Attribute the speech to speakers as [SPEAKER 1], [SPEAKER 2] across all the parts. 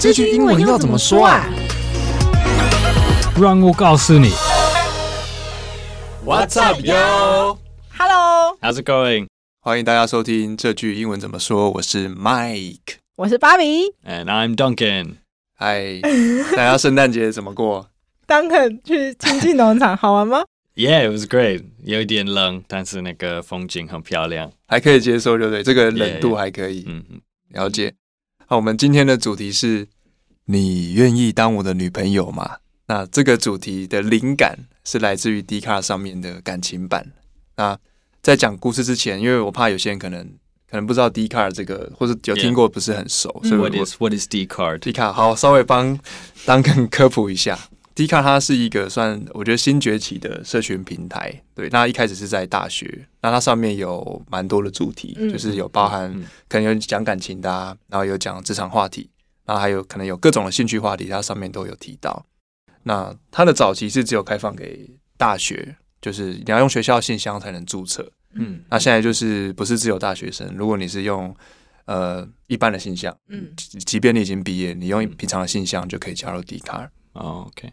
[SPEAKER 1] 这句英文要怎啊么说啊？
[SPEAKER 2] 让我告诉你。
[SPEAKER 3] What's up, yo?
[SPEAKER 4] Hello，
[SPEAKER 3] How's it going?
[SPEAKER 1] 欢迎大家收听这句英文怎么说，我是 Mike。
[SPEAKER 4] 我是芭比。
[SPEAKER 3] And I'm Duncan.
[SPEAKER 1] 嗨，大家圣诞节怎么过？
[SPEAKER 4] 当肯去亲近农场好玩吗？
[SPEAKER 3] Yeah, it was great. 有一点冷，但是那个风景很漂亮。
[SPEAKER 1] 还可以接受，对不对？这个冷度还可以
[SPEAKER 3] 嗯哼，
[SPEAKER 1] 了解。那我们今天的主题是：你愿意当我的女朋友吗？那这个主题的灵感是来自于 d 卡上面的感情版。那在讲故事之前，因为我怕有些人可能可能不知道 d 卡这个，或者有
[SPEAKER 3] Yeah 嗯
[SPEAKER 1] 听过不是很熟所以我
[SPEAKER 3] What is what is D card?
[SPEAKER 1] D 卡好，稍微帮 Duncan 科普一下。D 卡它是一个算我觉得新崛起的社群平台，对。那一开始是在大学，那它上面有蛮多的主题，
[SPEAKER 4] 嗯
[SPEAKER 1] 就是有包含
[SPEAKER 3] 嗯
[SPEAKER 1] 可能有讲感情的、啊，然后有讲职场话题，然后还有可能有各种的兴趣话题，它上面都有提到。那它的早期是只有开放给大学，就是你要用学校信箱才能注册。
[SPEAKER 3] 嗯，
[SPEAKER 1] 那现在就是不是只有大学生，如果你是用呃一般的信箱，
[SPEAKER 4] 嗯，
[SPEAKER 1] 即即便你已经毕业，你用
[SPEAKER 3] 嗯
[SPEAKER 1] 平常的信箱就可以加入 d 卡。
[SPEAKER 3] 哦，OK，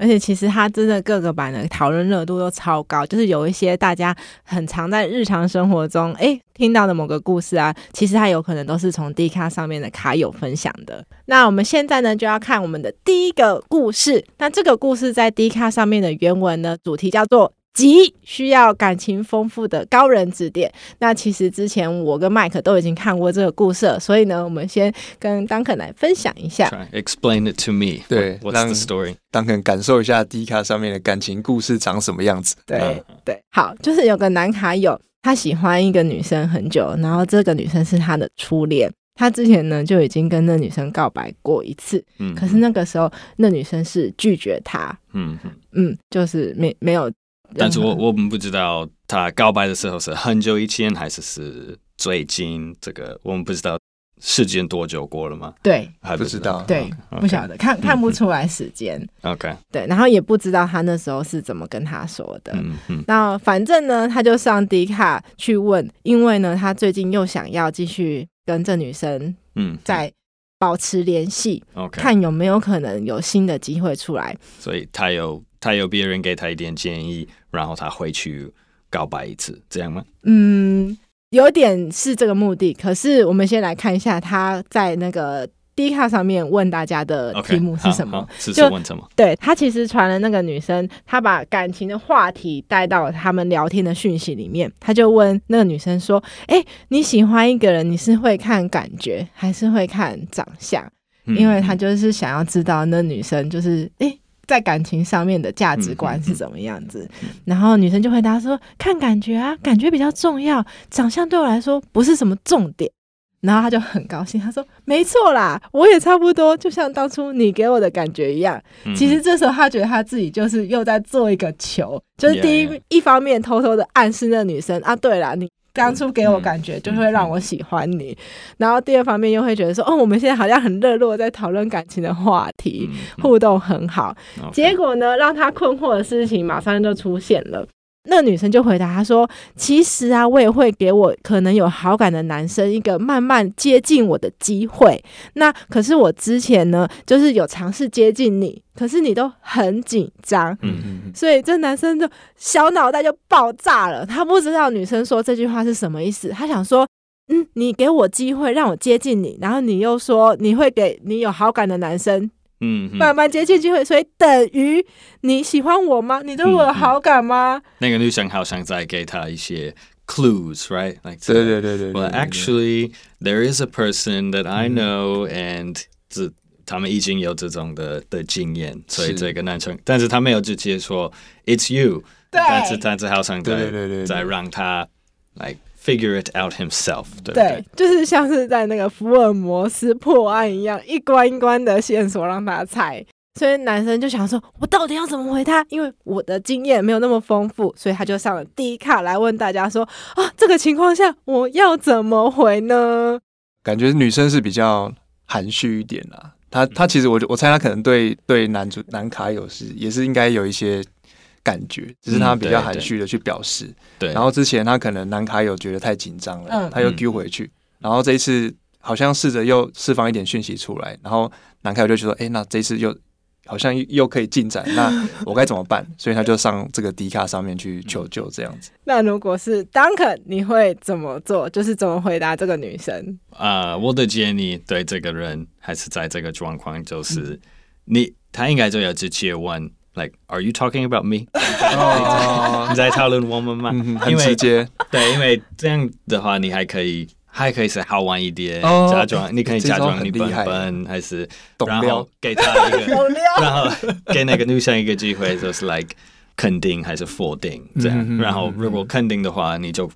[SPEAKER 4] 而且其实它真的各个版的讨论热度都超高，就是有一些大家很常在日常生活中哎听到的某个故事啊，其实它有可能都是从 D 卡上面的卡友分享的。那我们现在呢就要看我们的第一个故事，那这个故事在 D 卡上面的原文呢，主题叫做。急需要感情丰富的高人指点。那其实之前我跟麦克都已经看过这个故事了，所以呢，我们先跟当肯来分享一下。
[SPEAKER 3] Try explain it to me.
[SPEAKER 1] 对
[SPEAKER 3] What's
[SPEAKER 1] 让
[SPEAKER 3] the story?
[SPEAKER 1] 当可能感受一下 d 卡上面的感情故事长什么样子。
[SPEAKER 3] Uh,
[SPEAKER 4] 对对，好，就是有个男卡友，他喜欢一个女生很久，然后这个女生是他的初恋。他之前呢就已经跟那女生告白过一次，
[SPEAKER 3] 嗯，
[SPEAKER 4] 可是那个时候那女生是拒绝他，
[SPEAKER 3] 嗯，嗯
[SPEAKER 4] 嗯，就是没没有任呃何。
[SPEAKER 3] 但是我我们不知道他告白的时候是很久以前还是是最近，这个我们不知道时间多久过了吗？
[SPEAKER 4] 对
[SPEAKER 3] 还
[SPEAKER 1] 不知
[SPEAKER 4] 对不晓
[SPEAKER 3] 得。
[SPEAKER 4] 得看看不出来时间，
[SPEAKER 3] OK，
[SPEAKER 4] 对，然后也不知道他那时候是怎么跟他说的，
[SPEAKER 3] 嗯嗯
[SPEAKER 4] 那反正呢，他就上迪卡去问，因为呢，他最近又想要继续跟这女生
[SPEAKER 3] 嗯，
[SPEAKER 4] 再保持联系，
[SPEAKER 3] OK，
[SPEAKER 4] 看有没有可能有新的机会出来。
[SPEAKER 3] 所以他有他有别人给他一点建议，然后他会去告白一次，这样吗？
[SPEAKER 4] 嗯，有点是这个目的。可是我们先来看一下他在那个 D 卡上面问大家的
[SPEAKER 3] OK，
[SPEAKER 4] 呃题目是什么。
[SPEAKER 3] 好？好是
[SPEAKER 4] 就
[SPEAKER 3] 就问什么？
[SPEAKER 4] 对他其实传了那个女生，他把感情的话题带到他们聊天的讯息里面，他就问那个女生说：“哎，你喜欢一个人，你是会看感觉还是会看长相？”
[SPEAKER 3] 嗯
[SPEAKER 4] 因为他就是想要知道那女生就是诶在感情上面的价值
[SPEAKER 3] 嗯
[SPEAKER 4] 观是怎么样子。然后女生就回答说：“看感觉啊，感觉比较重要，长相对我来说不是什么重点。”然后他就很高兴，他说：“没错啦，我也差不多，就像当初你给我的感觉一样。”
[SPEAKER 3] 嗯
[SPEAKER 4] 其实这时候他觉得他自己就是又在做一个球，就是第一
[SPEAKER 3] Yeah, yeah.
[SPEAKER 4] 一方面偷偷的暗示那女生啊，对啦，你当初给我感觉
[SPEAKER 3] 嗯
[SPEAKER 4] 就会让我喜欢你，然后第二方面又会觉得说，哦，我们现在好像很热络在讨论感情的话
[SPEAKER 3] 嗯
[SPEAKER 4] 题，互动很好。
[SPEAKER 1] 嗯
[SPEAKER 4] 结果呢，让他困惑的事情马上就出现了。那女生就回答他说：“其实啊，我也会给我可能有好感的男生一个慢慢接近我的机会。那可是我之前呢，就是有尝试接近你，可是你都很紧张，
[SPEAKER 1] 嗯，
[SPEAKER 4] 所以这男生就小脑袋就爆炸了，他不知道女生说这句话是什么意思，他想说。嗯，你给我机会让我接近你，然后你又说你会给你有好感的男生
[SPEAKER 3] 嗯，嗯
[SPEAKER 4] 慢慢接近机会，所以等于你喜欢我吗？你对我有好感吗？
[SPEAKER 3] 那个女生好像在给他一些 clues，right？Like
[SPEAKER 1] 对对对对对。Mm-hmm
[SPEAKER 3] Well, 啊
[SPEAKER 1] 对
[SPEAKER 3] actually, there is a person that I know, and 这他们已经有这种的的经验，所以
[SPEAKER 1] 是
[SPEAKER 3] 这个男生，但是他没有直接说 "It's you"，
[SPEAKER 4] 对
[SPEAKER 3] 但是但是好像在
[SPEAKER 1] 对对对对对
[SPEAKER 3] 在让他 like figure it out himself，对不
[SPEAKER 4] 嗯对，就是像是在那个福尔摩斯破案一样，一关一关的线索让他猜。所以男生就想说，我到底要怎么回他？因为我的经验没有那么丰富，所以他就上了第一卡来问大家说：啊，这个情况下我要怎么回呢？
[SPEAKER 1] 感觉女生是比较含蓄一点啦。她她
[SPEAKER 3] 嗯
[SPEAKER 1] 其实我我猜她可能对对男主男卡友是也是应该有一些感觉，只
[SPEAKER 3] 嗯
[SPEAKER 1] 是她比较含蓄的去表示。
[SPEAKER 3] 对，
[SPEAKER 1] 然后之前她可能男卡友觉得太紧张了，
[SPEAKER 4] 嗯
[SPEAKER 1] 她又丢回去。然后这一次好像试着又释放一点讯息出来，然后南开就觉得，哎、那这次又好像又可以进展，那我该怎么办？所以他就上这个迪卡上面去求救，这 样子。
[SPEAKER 4] 那如果是 Duncan，你会怎么做？就是怎么回答这个女生？
[SPEAKER 3] 啊、我的建议对这个人还是在这个状况，就是、
[SPEAKER 1] 嗯
[SPEAKER 3] 你他应该就要直接问，like Are you talking about me？
[SPEAKER 1] 哦，
[SPEAKER 3] 你在讨论我们吗？
[SPEAKER 1] 嗯，
[SPEAKER 3] 因
[SPEAKER 1] 很
[SPEAKER 3] 为
[SPEAKER 1] 直接，
[SPEAKER 3] 对，因为这样的话，你还可以还可以是好玩一点，
[SPEAKER 1] 哦
[SPEAKER 3] 假装你可以
[SPEAKER 1] 这招
[SPEAKER 3] 假装
[SPEAKER 1] 很
[SPEAKER 3] 你
[SPEAKER 1] 厉
[SPEAKER 3] 笨
[SPEAKER 1] 害
[SPEAKER 3] 笨，还是
[SPEAKER 1] 懂
[SPEAKER 3] 然
[SPEAKER 1] 撩
[SPEAKER 3] 后给他一 个，
[SPEAKER 4] 料。
[SPEAKER 3] 然后给那个女生一个机会，就是 like 肯定还是否定这样。
[SPEAKER 1] 嗯哼
[SPEAKER 3] 然后
[SPEAKER 1] 嗯哼
[SPEAKER 3] 如果肯定的话，你就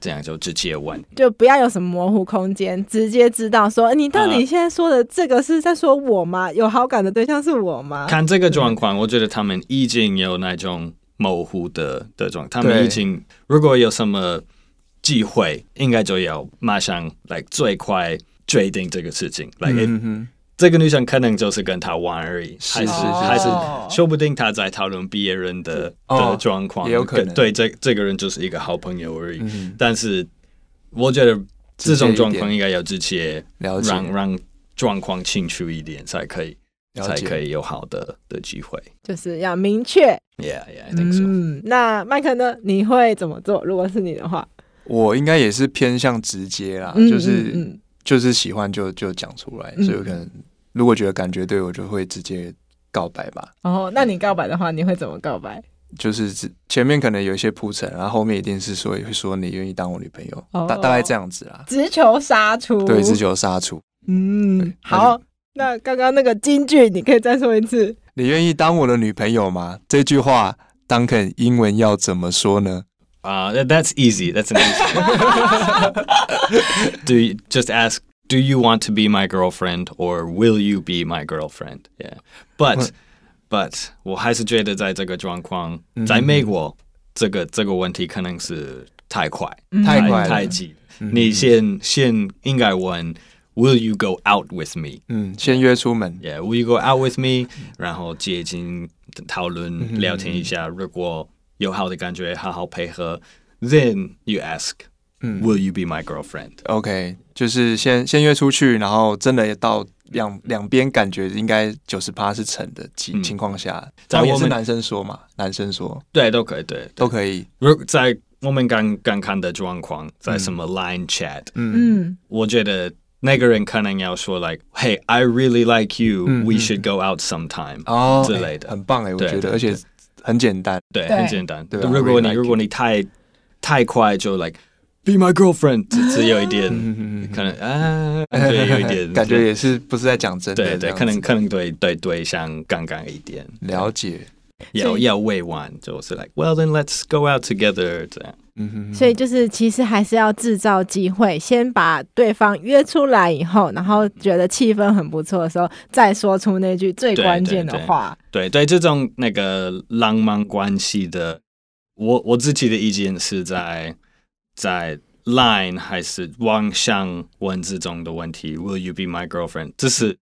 [SPEAKER 3] 这样就直接
[SPEAKER 1] 嗯
[SPEAKER 3] 问。
[SPEAKER 4] 就不要有什么模糊空间，直接知道说哎你到底
[SPEAKER 3] 啊
[SPEAKER 4] 现在说的这个是在说我吗？有好感的对象是我吗？
[SPEAKER 3] 看这个状况，我觉得他们已经有那种模糊的的状，他们
[SPEAKER 1] 对
[SPEAKER 3] 已经如果有什么机会，应该就要马上来最快决定这个事情。来、
[SPEAKER 1] 嗯嗯嗯，
[SPEAKER 3] 这个女生可能就是跟他玩而已，
[SPEAKER 1] 是
[SPEAKER 3] 还是、
[SPEAKER 1] 是
[SPEAKER 4] 是
[SPEAKER 3] 还是
[SPEAKER 4] 哦，
[SPEAKER 3] 说不定他在讨论别人的、
[SPEAKER 1] 哦
[SPEAKER 3] 的状况，
[SPEAKER 1] 也有可能
[SPEAKER 3] 跟对这这个人就是一个好朋友而已。
[SPEAKER 1] 嗯
[SPEAKER 3] 但是我觉得这种状
[SPEAKER 1] 直接一
[SPEAKER 3] 况应该要直接
[SPEAKER 1] 了解，
[SPEAKER 3] 让让状况清楚一点，才可以
[SPEAKER 1] 了
[SPEAKER 3] 才可
[SPEAKER 1] 解。
[SPEAKER 3] 以有好的的机会。
[SPEAKER 4] 就是要明确。
[SPEAKER 3] Yeah, yeah, I think so.
[SPEAKER 4] 嗯，那麦克呢？你会怎么做？如果是你的话，
[SPEAKER 1] 我应该也是偏向直接啦，
[SPEAKER 4] 嗯
[SPEAKER 1] 啊就是
[SPEAKER 4] 嗯嗯
[SPEAKER 1] 就是喜欢就就讲出来，
[SPEAKER 4] 嗯
[SPEAKER 1] 所以我可能如果觉得感觉对我，就会直接告白吧。
[SPEAKER 4] 哦，那你告白的话，你会怎么告白？
[SPEAKER 1] 就是只前面可能有一些铺陈，然后后面一定是说会说你愿意当我女朋友，
[SPEAKER 4] 哦
[SPEAKER 1] 大大概这样子啦。
[SPEAKER 4] 直球杀出。
[SPEAKER 1] 对，直球杀出，
[SPEAKER 4] 嗯
[SPEAKER 1] 对，
[SPEAKER 4] 好。那刚刚那个金句，你可以再说一次。
[SPEAKER 1] 你愿意当我的女朋友吗？这句话，Duncan 英文要怎么说呢？
[SPEAKER 3] Uh, that- that's easy. That's an easy. do you, just ask. Do you want to be my girlfriend, or will you be my girlfriend? Yeah, but but 我还是觉得在这个状况，在美国这个这个问题可能是太快，
[SPEAKER 1] 太快
[SPEAKER 3] 太
[SPEAKER 1] 了，
[SPEAKER 3] 急。你先先应该问，Will you go out with me?
[SPEAKER 1] 嗯，先约出门，
[SPEAKER 3] Yeah, will you go out with me? 然后接近讨论聊天一下，如果有好的感觉，好好配合。Then you ask, will you be my girlfriend?
[SPEAKER 1] OK，就是先先约出去，然后真的到两两边感觉应该九十趴是成的情
[SPEAKER 3] 嗯
[SPEAKER 1] 情况下，
[SPEAKER 3] 在
[SPEAKER 1] 然后也
[SPEAKER 3] 我
[SPEAKER 1] 是
[SPEAKER 3] 们
[SPEAKER 1] 男生说嘛，男生说
[SPEAKER 3] 对，都可以，对，
[SPEAKER 1] 都
[SPEAKER 3] 都
[SPEAKER 1] 可以，
[SPEAKER 3] 如在我们刚刚看的状况，在什么 Line Chat，、
[SPEAKER 1] 嗯
[SPEAKER 4] 嗯，
[SPEAKER 3] 我觉得那个人可能要说 like, Hey, I really like you.
[SPEAKER 1] 嗯
[SPEAKER 3] we
[SPEAKER 1] 嗯
[SPEAKER 3] should go out sometime.
[SPEAKER 1] 哦
[SPEAKER 3] 之类的
[SPEAKER 1] 哎很棒哎，我
[SPEAKER 3] 对
[SPEAKER 1] 觉得，
[SPEAKER 3] 对
[SPEAKER 1] 而且很简单，
[SPEAKER 3] 对，
[SPEAKER 4] 对
[SPEAKER 3] 很简单。
[SPEAKER 1] 对
[SPEAKER 3] 如果
[SPEAKER 1] I really
[SPEAKER 3] 你
[SPEAKER 1] like
[SPEAKER 3] 如果你太太快就 like be my girlfriend，只只有一点，可能啊，感觉有一点，
[SPEAKER 1] 感觉也是不是在讲真的，
[SPEAKER 3] 对
[SPEAKER 1] 这
[SPEAKER 3] 对，
[SPEAKER 1] 样
[SPEAKER 3] 可能
[SPEAKER 1] 子
[SPEAKER 3] 可能对对对象刚刚一点，
[SPEAKER 1] 了解，
[SPEAKER 3] 要
[SPEAKER 4] 所以
[SPEAKER 3] 要未完，就是 like well then let's go out together 这样。
[SPEAKER 1] 嗯哼
[SPEAKER 4] 所以就是其实还是要制造机会，先把对方约出来以后，然后觉得气氛很不错的时候，再说出那句最
[SPEAKER 3] 对
[SPEAKER 4] 关键的
[SPEAKER 3] 对对
[SPEAKER 4] 话。
[SPEAKER 3] 对对，这种那个浪漫关系的，我我自己的意见是在在 Line 还是网上问这种的问题，Will you be my girlfriend？这是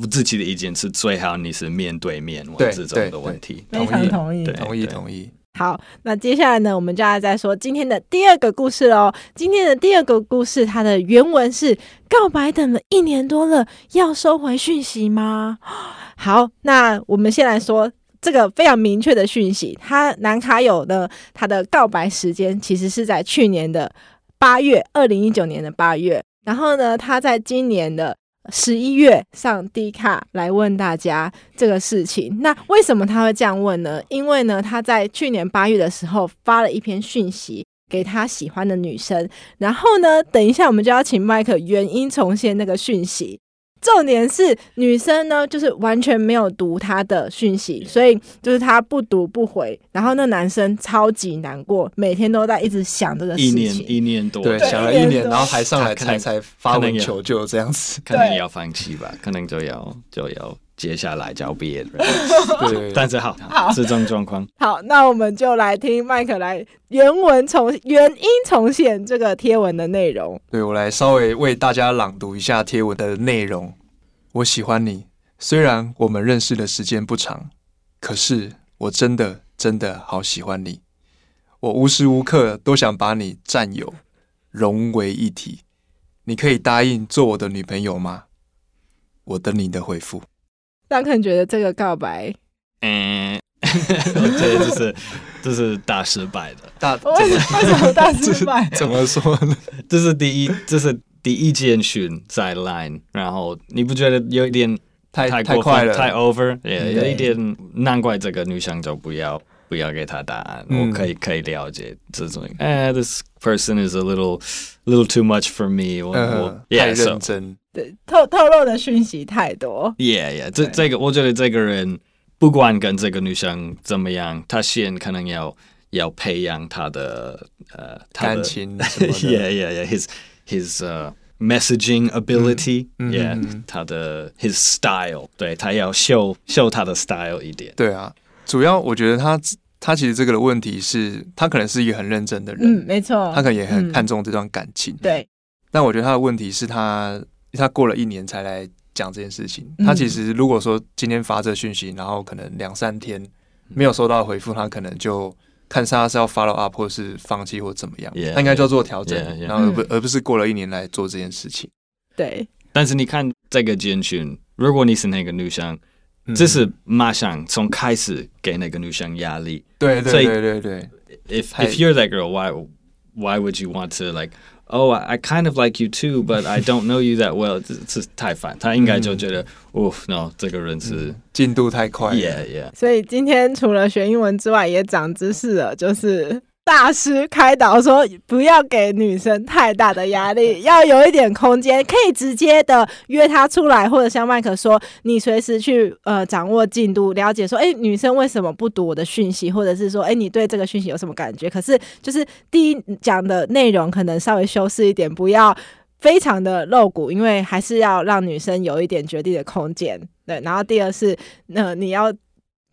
[SPEAKER 3] 我自己的意见是最好你是面对面
[SPEAKER 1] 对
[SPEAKER 3] 问这种的问题。
[SPEAKER 1] 对对
[SPEAKER 4] 非常同意
[SPEAKER 3] 对
[SPEAKER 1] 同意同意，
[SPEAKER 4] 好，那接下来呢，我们就要再说今天的第二个故事喽。今天的第二个故事，它的原文是：告白等了一年多了，要收回讯息吗？ 好，那我们先来说。这个非常明确的讯息，他南卡有呢，他的告白时间其实是在去年的八月，二零一九年的八月。然后呢，他在今年的十一月上 D 卡来问大家这个事情。那为什么他会这样问呢？因为呢，他在去年八月的时候发了一篇讯息。给他喜欢的女生，然后呢，等一下我们就要请麦克原音重现那个讯息。重点是女生呢，就是完全没有读他的讯息，所以就是他不读不回。然后那男生超级难过，每天都在一直想这个事
[SPEAKER 3] 一
[SPEAKER 4] 情。
[SPEAKER 3] 年一年多，
[SPEAKER 1] 对，
[SPEAKER 4] 对
[SPEAKER 1] 想了
[SPEAKER 4] 一
[SPEAKER 1] 一
[SPEAKER 4] 年
[SPEAKER 1] 年，
[SPEAKER 4] 多
[SPEAKER 1] 然后 还上来
[SPEAKER 3] 可
[SPEAKER 1] 才
[SPEAKER 3] 能
[SPEAKER 1] 才发
[SPEAKER 3] 可能
[SPEAKER 1] 文
[SPEAKER 3] 也
[SPEAKER 1] 求救这 样子，
[SPEAKER 3] 可能要放弃吧，可能就要就要接下来就要毕业了。
[SPEAKER 1] 对，
[SPEAKER 3] 但是好，好这种状况，
[SPEAKER 4] 好，那我们就来听麦克来原文重原音重现这个贴文的内容。
[SPEAKER 1] 对我来稍微为大家朗读一下贴文的内容。我喜欢你，虽然我们认识的时间不长，可是我真的真的好喜欢你。我无时无刻都想把你占有，融为一体。你可以答应做我的女朋友吗？我等你的回复。
[SPEAKER 4] 让客人觉得这个告 白
[SPEAKER 3] 嗯，这就是这是大失败的，
[SPEAKER 1] 大？
[SPEAKER 4] 为什 么为什么大失败
[SPEAKER 1] 怎么说呢？
[SPEAKER 3] 这是第一，这是第一件讯在 Line，然后你不觉得有一点
[SPEAKER 1] 太
[SPEAKER 3] 太
[SPEAKER 1] 太
[SPEAKER 3] 过分
[SPEAKER 1] 快了，
[SPEAKER 3] 太 over，也
[SPEAKER 1] 嗯
[SPEAKER 3] 有一点难怪这个女生就不要不要给他答案。
[SPEAKER 1] 嗯
[SPEAKER 3] 我可以可以了解这种，哎，this person is a little little too much for me 我。我、
[SPEAKER 1] 呃，太
[SPEAKER 3] yeah
[SPEAKER 1] 认
[SPEAKER 3] so
[SPEAKER 1] 真。
[SPEAKER 4] 对，透透露的讯息太多，
[SPEAKER 3] yeah yeah，这
[SPEAKER 4] 对
[SPEAKER 3] 这个我觉得这个人不管跟这个女生怎么样，他先可能要要培养他的呃他的
[SPEAKER 1] 感情什 么
[SPEAKER 3] yeah,
[SPEAKER 1] 的。
[SPEAKER 3] yeah, yeah. His his uh, messaging ability,
[SPEAKER 1] Mm.
[SPEAKER 3] yeah,
[SPEAKER 1] Mhm.
[SPEAKER 3] 他的 his style, 对他要秀 show 他的 style 一点。
[SPEAKER 1] 对啊，主要我觉得他他其实这个的问题是，他可能是一个很认真的人，
[SPEAKER 4] 嗯，没错，
[SPEAKER 1] 他可能也很
[SPEAKER 4] 嗯
[SPEAKER 1] 看重这段感情。
[SPEAKER 4] 对，
[SPEAKER 1] 但我觉得他的问题是他他过了一年才来讲这件事情。
[SPEAKER 4] 嗯
[SPEAKER 1] 他其实如果说今天发这讯息，然后可能两三天没
[SPEAKER 3] 嗯
[SPEAKER 1] 有收到回复，他可能就看是他是要 follow up 或是放弃或怎么样
[SPEAKER 3] Yeah,
[SPEAKER 1] 他应该就要做调整
[SPEAKER 3] yeah, yeah.
[SPEAKER 1] 然后而不、
[SPEAKER 4] 嗯
[SPEAKER 1] 而不是过了一年来做这件事情。
[SPEAKER 4] 对，
[SPEAKER 3] 但是你看这个简讯，如果你是那个女生，
[SPEAKER 1] 嗯
[SPEAKER 3] 这是马上从开始给那个女生压力。
[SPEAKER 1] 对对
[SPEAKER 3] 所以
[SPEAKER 1] 对对对，
[SPEAKER 3] If
[SPEAKER 1] 太-
[SPEAKER 3] if you're that girl, why why would you want to like? Oh, I I kind of like you too, but I don't know you that well. 这太烦，他应该就觉得，哦、嗯 uh, no，这个人是、
[SPEAKER 1] 进度太快了
[SPEAKER 3] uh, yeah yeah
[SPEAKER 4] 所以今天除了学英文之外，也长知识了，就是。大师开导说：“不要给女生太大的压力， 要有一点空间，可以直接的约她出来，或者像麦克说，你随时去呃掌握进度，了解说，哎、女生为什么不读我的讯息，或者是说，哎、你对这个讯息有什么感觉？可是就是第一讲的内容可能稍微修饰一点，不要非常的露骨，因为还是要让女生有一点决定的空间。对，然后第二是，那、你要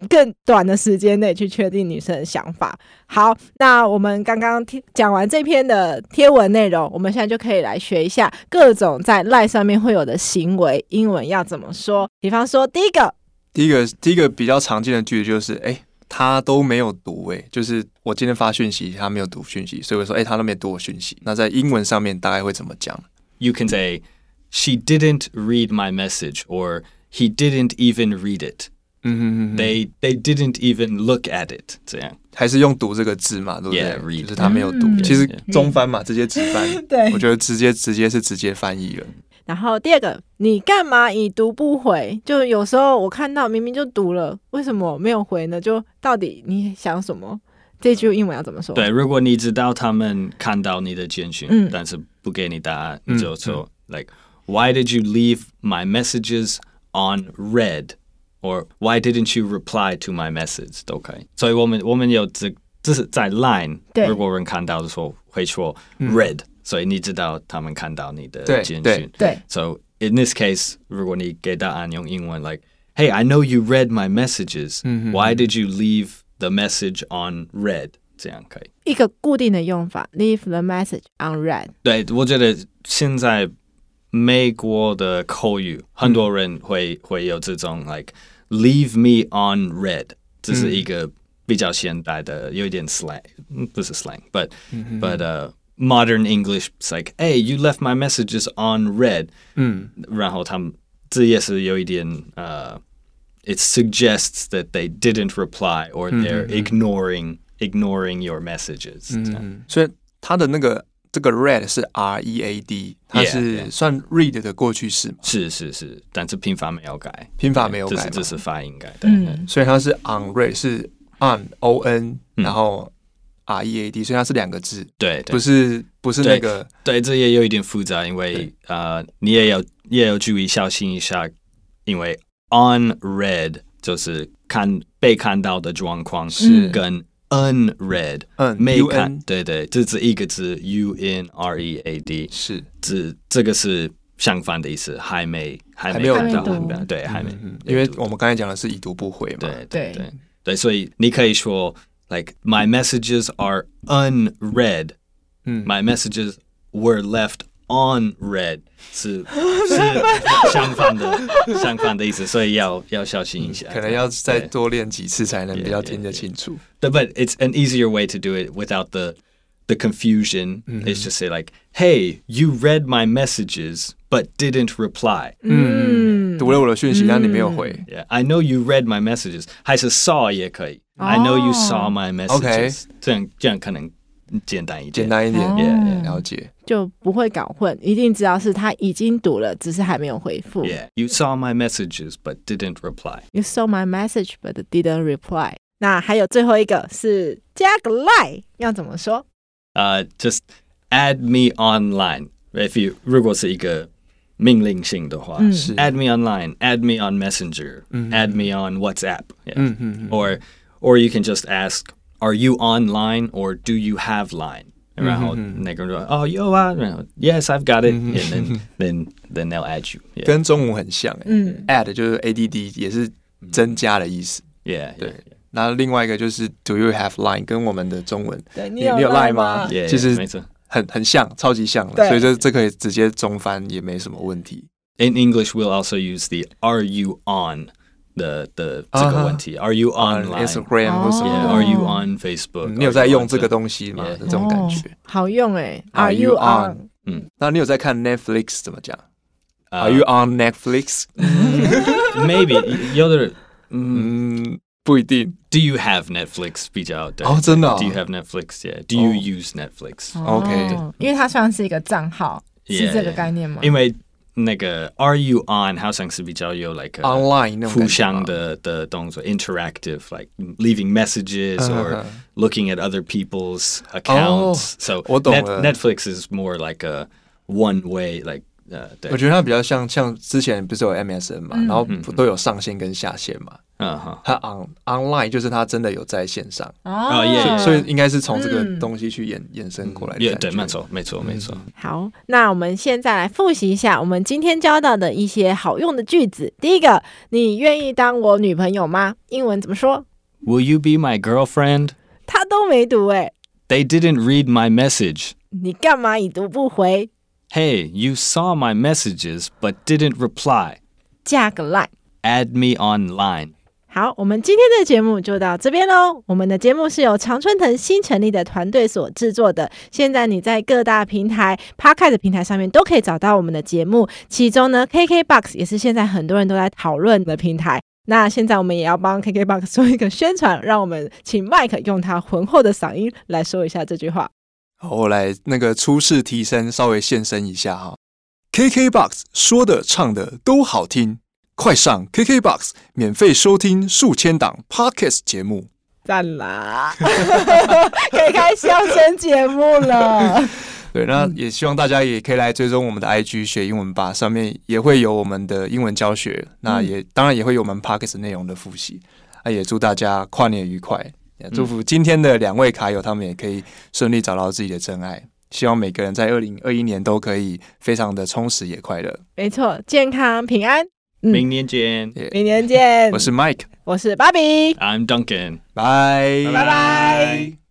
[SPEAKER 4] 更短的时间内去确定女生的想法。好，那我们刚刚听讲完这篇的贴文内容，我们现在就可以来学一下各种在 LINE 上面会有的行为，英文要怎么说？比方说，第一个，
[SPEAKER 1] 第一个第一个比较常见的句子就是，哎、他都没有读、哎，就是我今天发讯息，他没有读讯息，所以我说，哎、他都没读我讯息。那在英文上面大概会怎么讲？
[SPEAKER 3] you can say she didn't read my message or he didn't even read it.
[SPEAKER 1] 嗯哼哼哼
[SPEAKER 3] They they didn't even look at it. 这样。
[SPEAKER 1] 还是用“读”这个字嘛，对不对
[SPEAKER 3] Yeah, read.
[SPEAKER 1] 就是他没有读。
[SPEAKER 4] 嗯
[SPEAKER 1] 其实
[SPEAKER 3] Yeah,
[SPEAKER 1] 中翻嘛，直接直翻。
[SPEAKER 4] 对
[SPEAKER 1] 我觉得直接直接是直接翻译了。
[SPEAKER 4] 然后第二个，你干嘛已读不回？就有时候我看到明明就读了，为什么没有回呢？就到底你想什么？这句英文要怎么说？
[SPEAKER 3] 对，如果你知道他们看到你的简讯，
[SPEAKER 4] 嗯。
[SPEAKER 3] 但是不给你答案，
[SPEAKER 1] 嗯，
[SPEAKER 3] 你就说，like why did you leave my messages on red or why didn't you reply to my message 都可以。所以我们我们有这这是在 Line，
[SPEAKER 4] 对。
[SPEAKER 3] 如果人看到的时候会说 red，、嗯、所以你知道他们看到你的
[SPEAKER 1] 对，
[SPEAKER 3] 简讯。
[SPEAKER 1] 对。
[SPEAKER 4] 对
[SPEAKER 3] So in this case, 如果你给答案用英文 like, hey, I know you read my messages. Why did you leave the message on red? 这样可以。
[SPEAKER 4] 一个固定的用法，leave the message unread。
[SPEAKER 3] 对，我觉得现在美国的口语，很多人会-会有这种 like leave me on red，这是一个比较现代的，有一点 slang，不是 slang，but but uh modern English it's like hey you left my messages on red，
[SPEAKER 1] 嗯，
[SPEAKER 3] 然后他们这也是有一点呃、uh, it suggests that they didn't reply or they're ignoring ignoring your messages 这样。
[SPEAKER 1] 所以它的那个这个 read 是 R E A D，它
[SPEAKER 3] Yeah,
[SPEAKER 1] 是
[SPEAKER 3] yeah.
[SPEAKER 1] 算 read 的过去式嘛，
[SPEAKER 3] 是是是，但是拼法没有改，
[SPEAKER 1] 拼法没有改嘛，
[SPEAKER 3] 这是这是发音改的。
[SPEAKER 4] 嗯，
[SPEAKER 1] 所以它是 on read 是 on O N，
[SPEAKER 3] 嗯
[SPEAKER 1] 然后 R E A D，所以它是两个字，不是不是那
[SPEAKER 3] 对
[SPEAKER 1] 个
[SPEAKER 3] 对对，这也有一点复杂，因为呃，你也要也要注意小心一下，因为 on red 就是看被看到的状况是跟 unread
[SPEAKER 1] 嗯
[SPEAKER 3] 没
[SPEAKER 1] U
[SPEAKER 3] 看
[SPEAKER 1] N，
[SPEAKER 3] 对对，这只一个字 u n r e a d
[SPEAKER 1] 是
[SPEAKER 3] 这这个是相反的意思，还没还
[SPEAKER 1] 还
[SPEAKER 3] 没
[SPEAKER 1] 没有
[SPEAKER 3] 看到，
[SPEAKER 4] 读
[SPEAKER 3] 还没有对，还没
[SPEAKER 1] 嗯，因为
[SPEAKER 3] 读
[SPEAKER 1] 我们刚才讲的是已读不回嘛，
[SPEAKER 3] 对
[SPEAKER 4] 对
[SPEAKER 3] 对对对，所以你可以说 like my messages are unread，
[SPEAKER 1] 嗯
[SPEAKER 3] my messages were left on read 是是相反的相反的意思，所以要要小心一下，
[SPEAKER 1] 可能要再
[SPEAKER 3] 对
[SPEAKER 1] 多练几次才能比较
[SPEAKER 3] Yeah, yeah,
[SPEAKER 1] 听得清楚。
[SPEAKER 3] But but it's an easier way to do it without the the confusion
[SPEAKER 1] Mm-hmm.
[SPEAKER 3] is to say like, "Hey, you read my messages but didn't reply."
[SPEAKER 1] 嗯，读了我的讯息，但你没有回。
[SPEAKER 3] Yeah, I know you read my messages. 还是 saw I know you saw my messages. 这样这样可能简单一点。
[SPEAKER 1] 简单一点，
[SPEAKER 4] 哦
[SPEAKER 3] Yeah,
[SPEAKER 1] 了解。
[SPEAKER 4] 就不会搞混，一定知道是他已经读了，只是还没有回复。
[SPEAKER 3] Yeah, you saw my messages but didn't reply.
[SPEAKER 4] You saw my message but didn't reply。那还有最后一个是加个 lie，要怎么说？
[SPEAKER 3] Uh, just add me online. If you 如果是一个命令性的话，
[SPEAKER 1] 是
[SPEAKER 3] add me online, add me on Messenger, add me on WhatsApp. Yeah.
[SPEAKER 1] 嗯嗯嗯，
[SPEAKER 3] or or you can just ask, "Are you online or do you have line?" And they go, "Oh, yo, uh, you know, yes, I've got it," and then then then they'll add you. Yeah,
[SPEAKER 1] 跟中文很像。嗯，add 就是 add，也是增加的意思。
[SPEAKER 3] 嗯 yeah, yeah.
[SPEAKER 1] 那另外一个就是 Do you have line？跟我们的中文
[SPEAKER 4] 对你
[SPEAKER 1] 你
[SPEAKER 4] 有
[SPEAKER 1] 你有
[SPEAKER 4] line
[SPEAKER 1] line 吗
[SPEAKER 4] 吗？
[SPEAKER 3] Yeah,
[SPEAKER 1] 其实
[SPEAKER 3] yeah, 没错。
[SPEAKER 1] 很很像，超级像的，
[SPEAKER 4] 对
[SPEAKER 1] 所以这这可以直接中翻也没什么问题。
[SPEAKER 3] In English, we'll also use the "Are you on?" the the 这个问题。Are you
[SPEAKER 1] On
[SPEAKER 3] online?
[SPEAKER 1] Instagram 或什
[SPEAKER 3] Yeah,
[SPEAKER 1] 么
[SPEAKER 3] are you on Facebook?
[SPEAKER 1] Mm, 的，你有
[SPEAKER 3] Are
[SPEAKER 1] 在
[SPEAKER 3] you
[SPEAKER 1] 用
[SPEAKER 3] on
[SPEAKER 1] 这个
[SPEAKER 3] the-
[SPEAKER 1] 东西吗？
[SPEAKER 3] Yeah
[SPEAKER 1] 的这种感觉
[SPEAKER 4] 哦哦。好用哎、
[SPEAKER 1] Are
[SPEAKER 4] Are
[SPEAKER 1] you
[SPEAKER 4] you on？
[SPEAKER 1] 那你有在看 Netflix 怎么讲
[SPEAKER 3] 嗯呃嗯
[SPEAKER 1] ？Are you on Netflix？
[SPEAKER 3] uh, Maybe 有的人
[SPEAKER 1] 嗯，不一定。
[SPEAKER 3] Do you have Netflix? 比较对。
[SPEAKER 1] 哦，真的哦
[SPEAKER 3] Do you have Netflix? Yeah. Do you
[SPEAKER 1] Oh.
[SPEAKER 3] use Netflix?
[SPEAKER 4] 哦
[SPEAKER 1] OK
[SPEAKER 4] 因为它算是一个账号，Oh, 是
[SPEAKER 3] Yeah,
[SPEAKER 4] 这个
[SPEAKER 3] yeah.
[SPEAKER 4] 概念吗？
[SPEAKER 3] 因为那个 Are you on 好像是比较有 like a
[SPEAKER 1] Online 那种感觉吗
[SPEAKER 3] 互相的的动作，interactive like leaving messages
[SPEAKER 1] 嗯
[SPEAKER 3] or
[SPEAKER 1] 嗯
[SPEAKER 3] looking at other people's accounts. So
[SPEAKER 1] Oh, 我懂
[SPEAKER 3] Net-
[SPEAKER 1] 了
[SPEAKER 3] Netflix is more like a one way like uh, 呃对
[SPEAKER 1] 我，觉得它比较像像之前不是有 MSN 嘛，
[SPEAKER 4] 嗯
[SPEAKER 1] 然后不都有上线跟下线嘛。
[SPEAKER 3] 嗯哈，
[SPEAKER 1] 它 on online 就是它真的有在线上，
[SPEAKER 4] 哦
[SPEAKER 3] 耶嗯
[SPEAKER 1] 所以应该是从这
[SPEAKER 4] 嗯
[SPEAKER 1] 个东西去衍衍生过来的
[SPEAKER 3] 也
[SPEAKER 1] 感觉。
[SPEAKER 3] 嗯对，没错，没错，没错。
[SPEAKER 4] 好，那我们现在来复习一下我们今天教到的一些好用的句子。第一个，你愿意当我女朋友吗？英文怎么说？
[SPEAKER 3] Will you be my girlfriend?
[SPEAKER 4] 他都没读哎、
[SPEAKER 3] They didn't read my message.
[SPEAKER 4] 你干嘛已读不回？
[SPEAKER 3] Hey, you saw my messages but didn't reply.
[SPEAKER 4] 加个 line。
[SPEAKER 3] Add me online.
[SPEAKER 4] 好，我们今天的节目就到这边喽。我们的节目是由常春藤新成立的团队所制作的。现在你在各大平台 Podcast 平台上面都可以找到我们的节目，其中呢，KKBox 也是现在很多人都在讨论的平台。那现在我们也要帮 KKBox 做一个宣传，让我们请 Mike 用他浑厚的嗓音来说一下这句话。
[SPEAKER 1] 好，我来那个初试提升，稍微现身一下哈。KKBOX 说的唱的都好听，快上 KKBOX 免费收听数千档 Podcast 节目。
[SPEAKER 4] 赞啦， 可以开笑声节目了。
[SPEAKER 1] 对，那也希望大家也可以来追踪我们的 IG 学英文吧，上面也会有我们的英文教学，那也、当然也会有我们 Podcast 内容的复习。那也祝大家跨年愉快，也祝福今天的两位卡友，他们也可以顺利找到自己的真爱。希望每个人在二零二一年都可以非常的充实也快乐。
[SPEAKER 4] 没错，健康平安，嗯。
[SPEAKER 3] 明年见。
[SPEAKER 4] 明年见。
[SPEAKER 1] 我是 Mike，
[SPEAKER 4] 我是芭比。
[SPEAKER 3] I'm Duncan.
[SPEAKER 1] 拜
[SPEAKER 4] 拜拜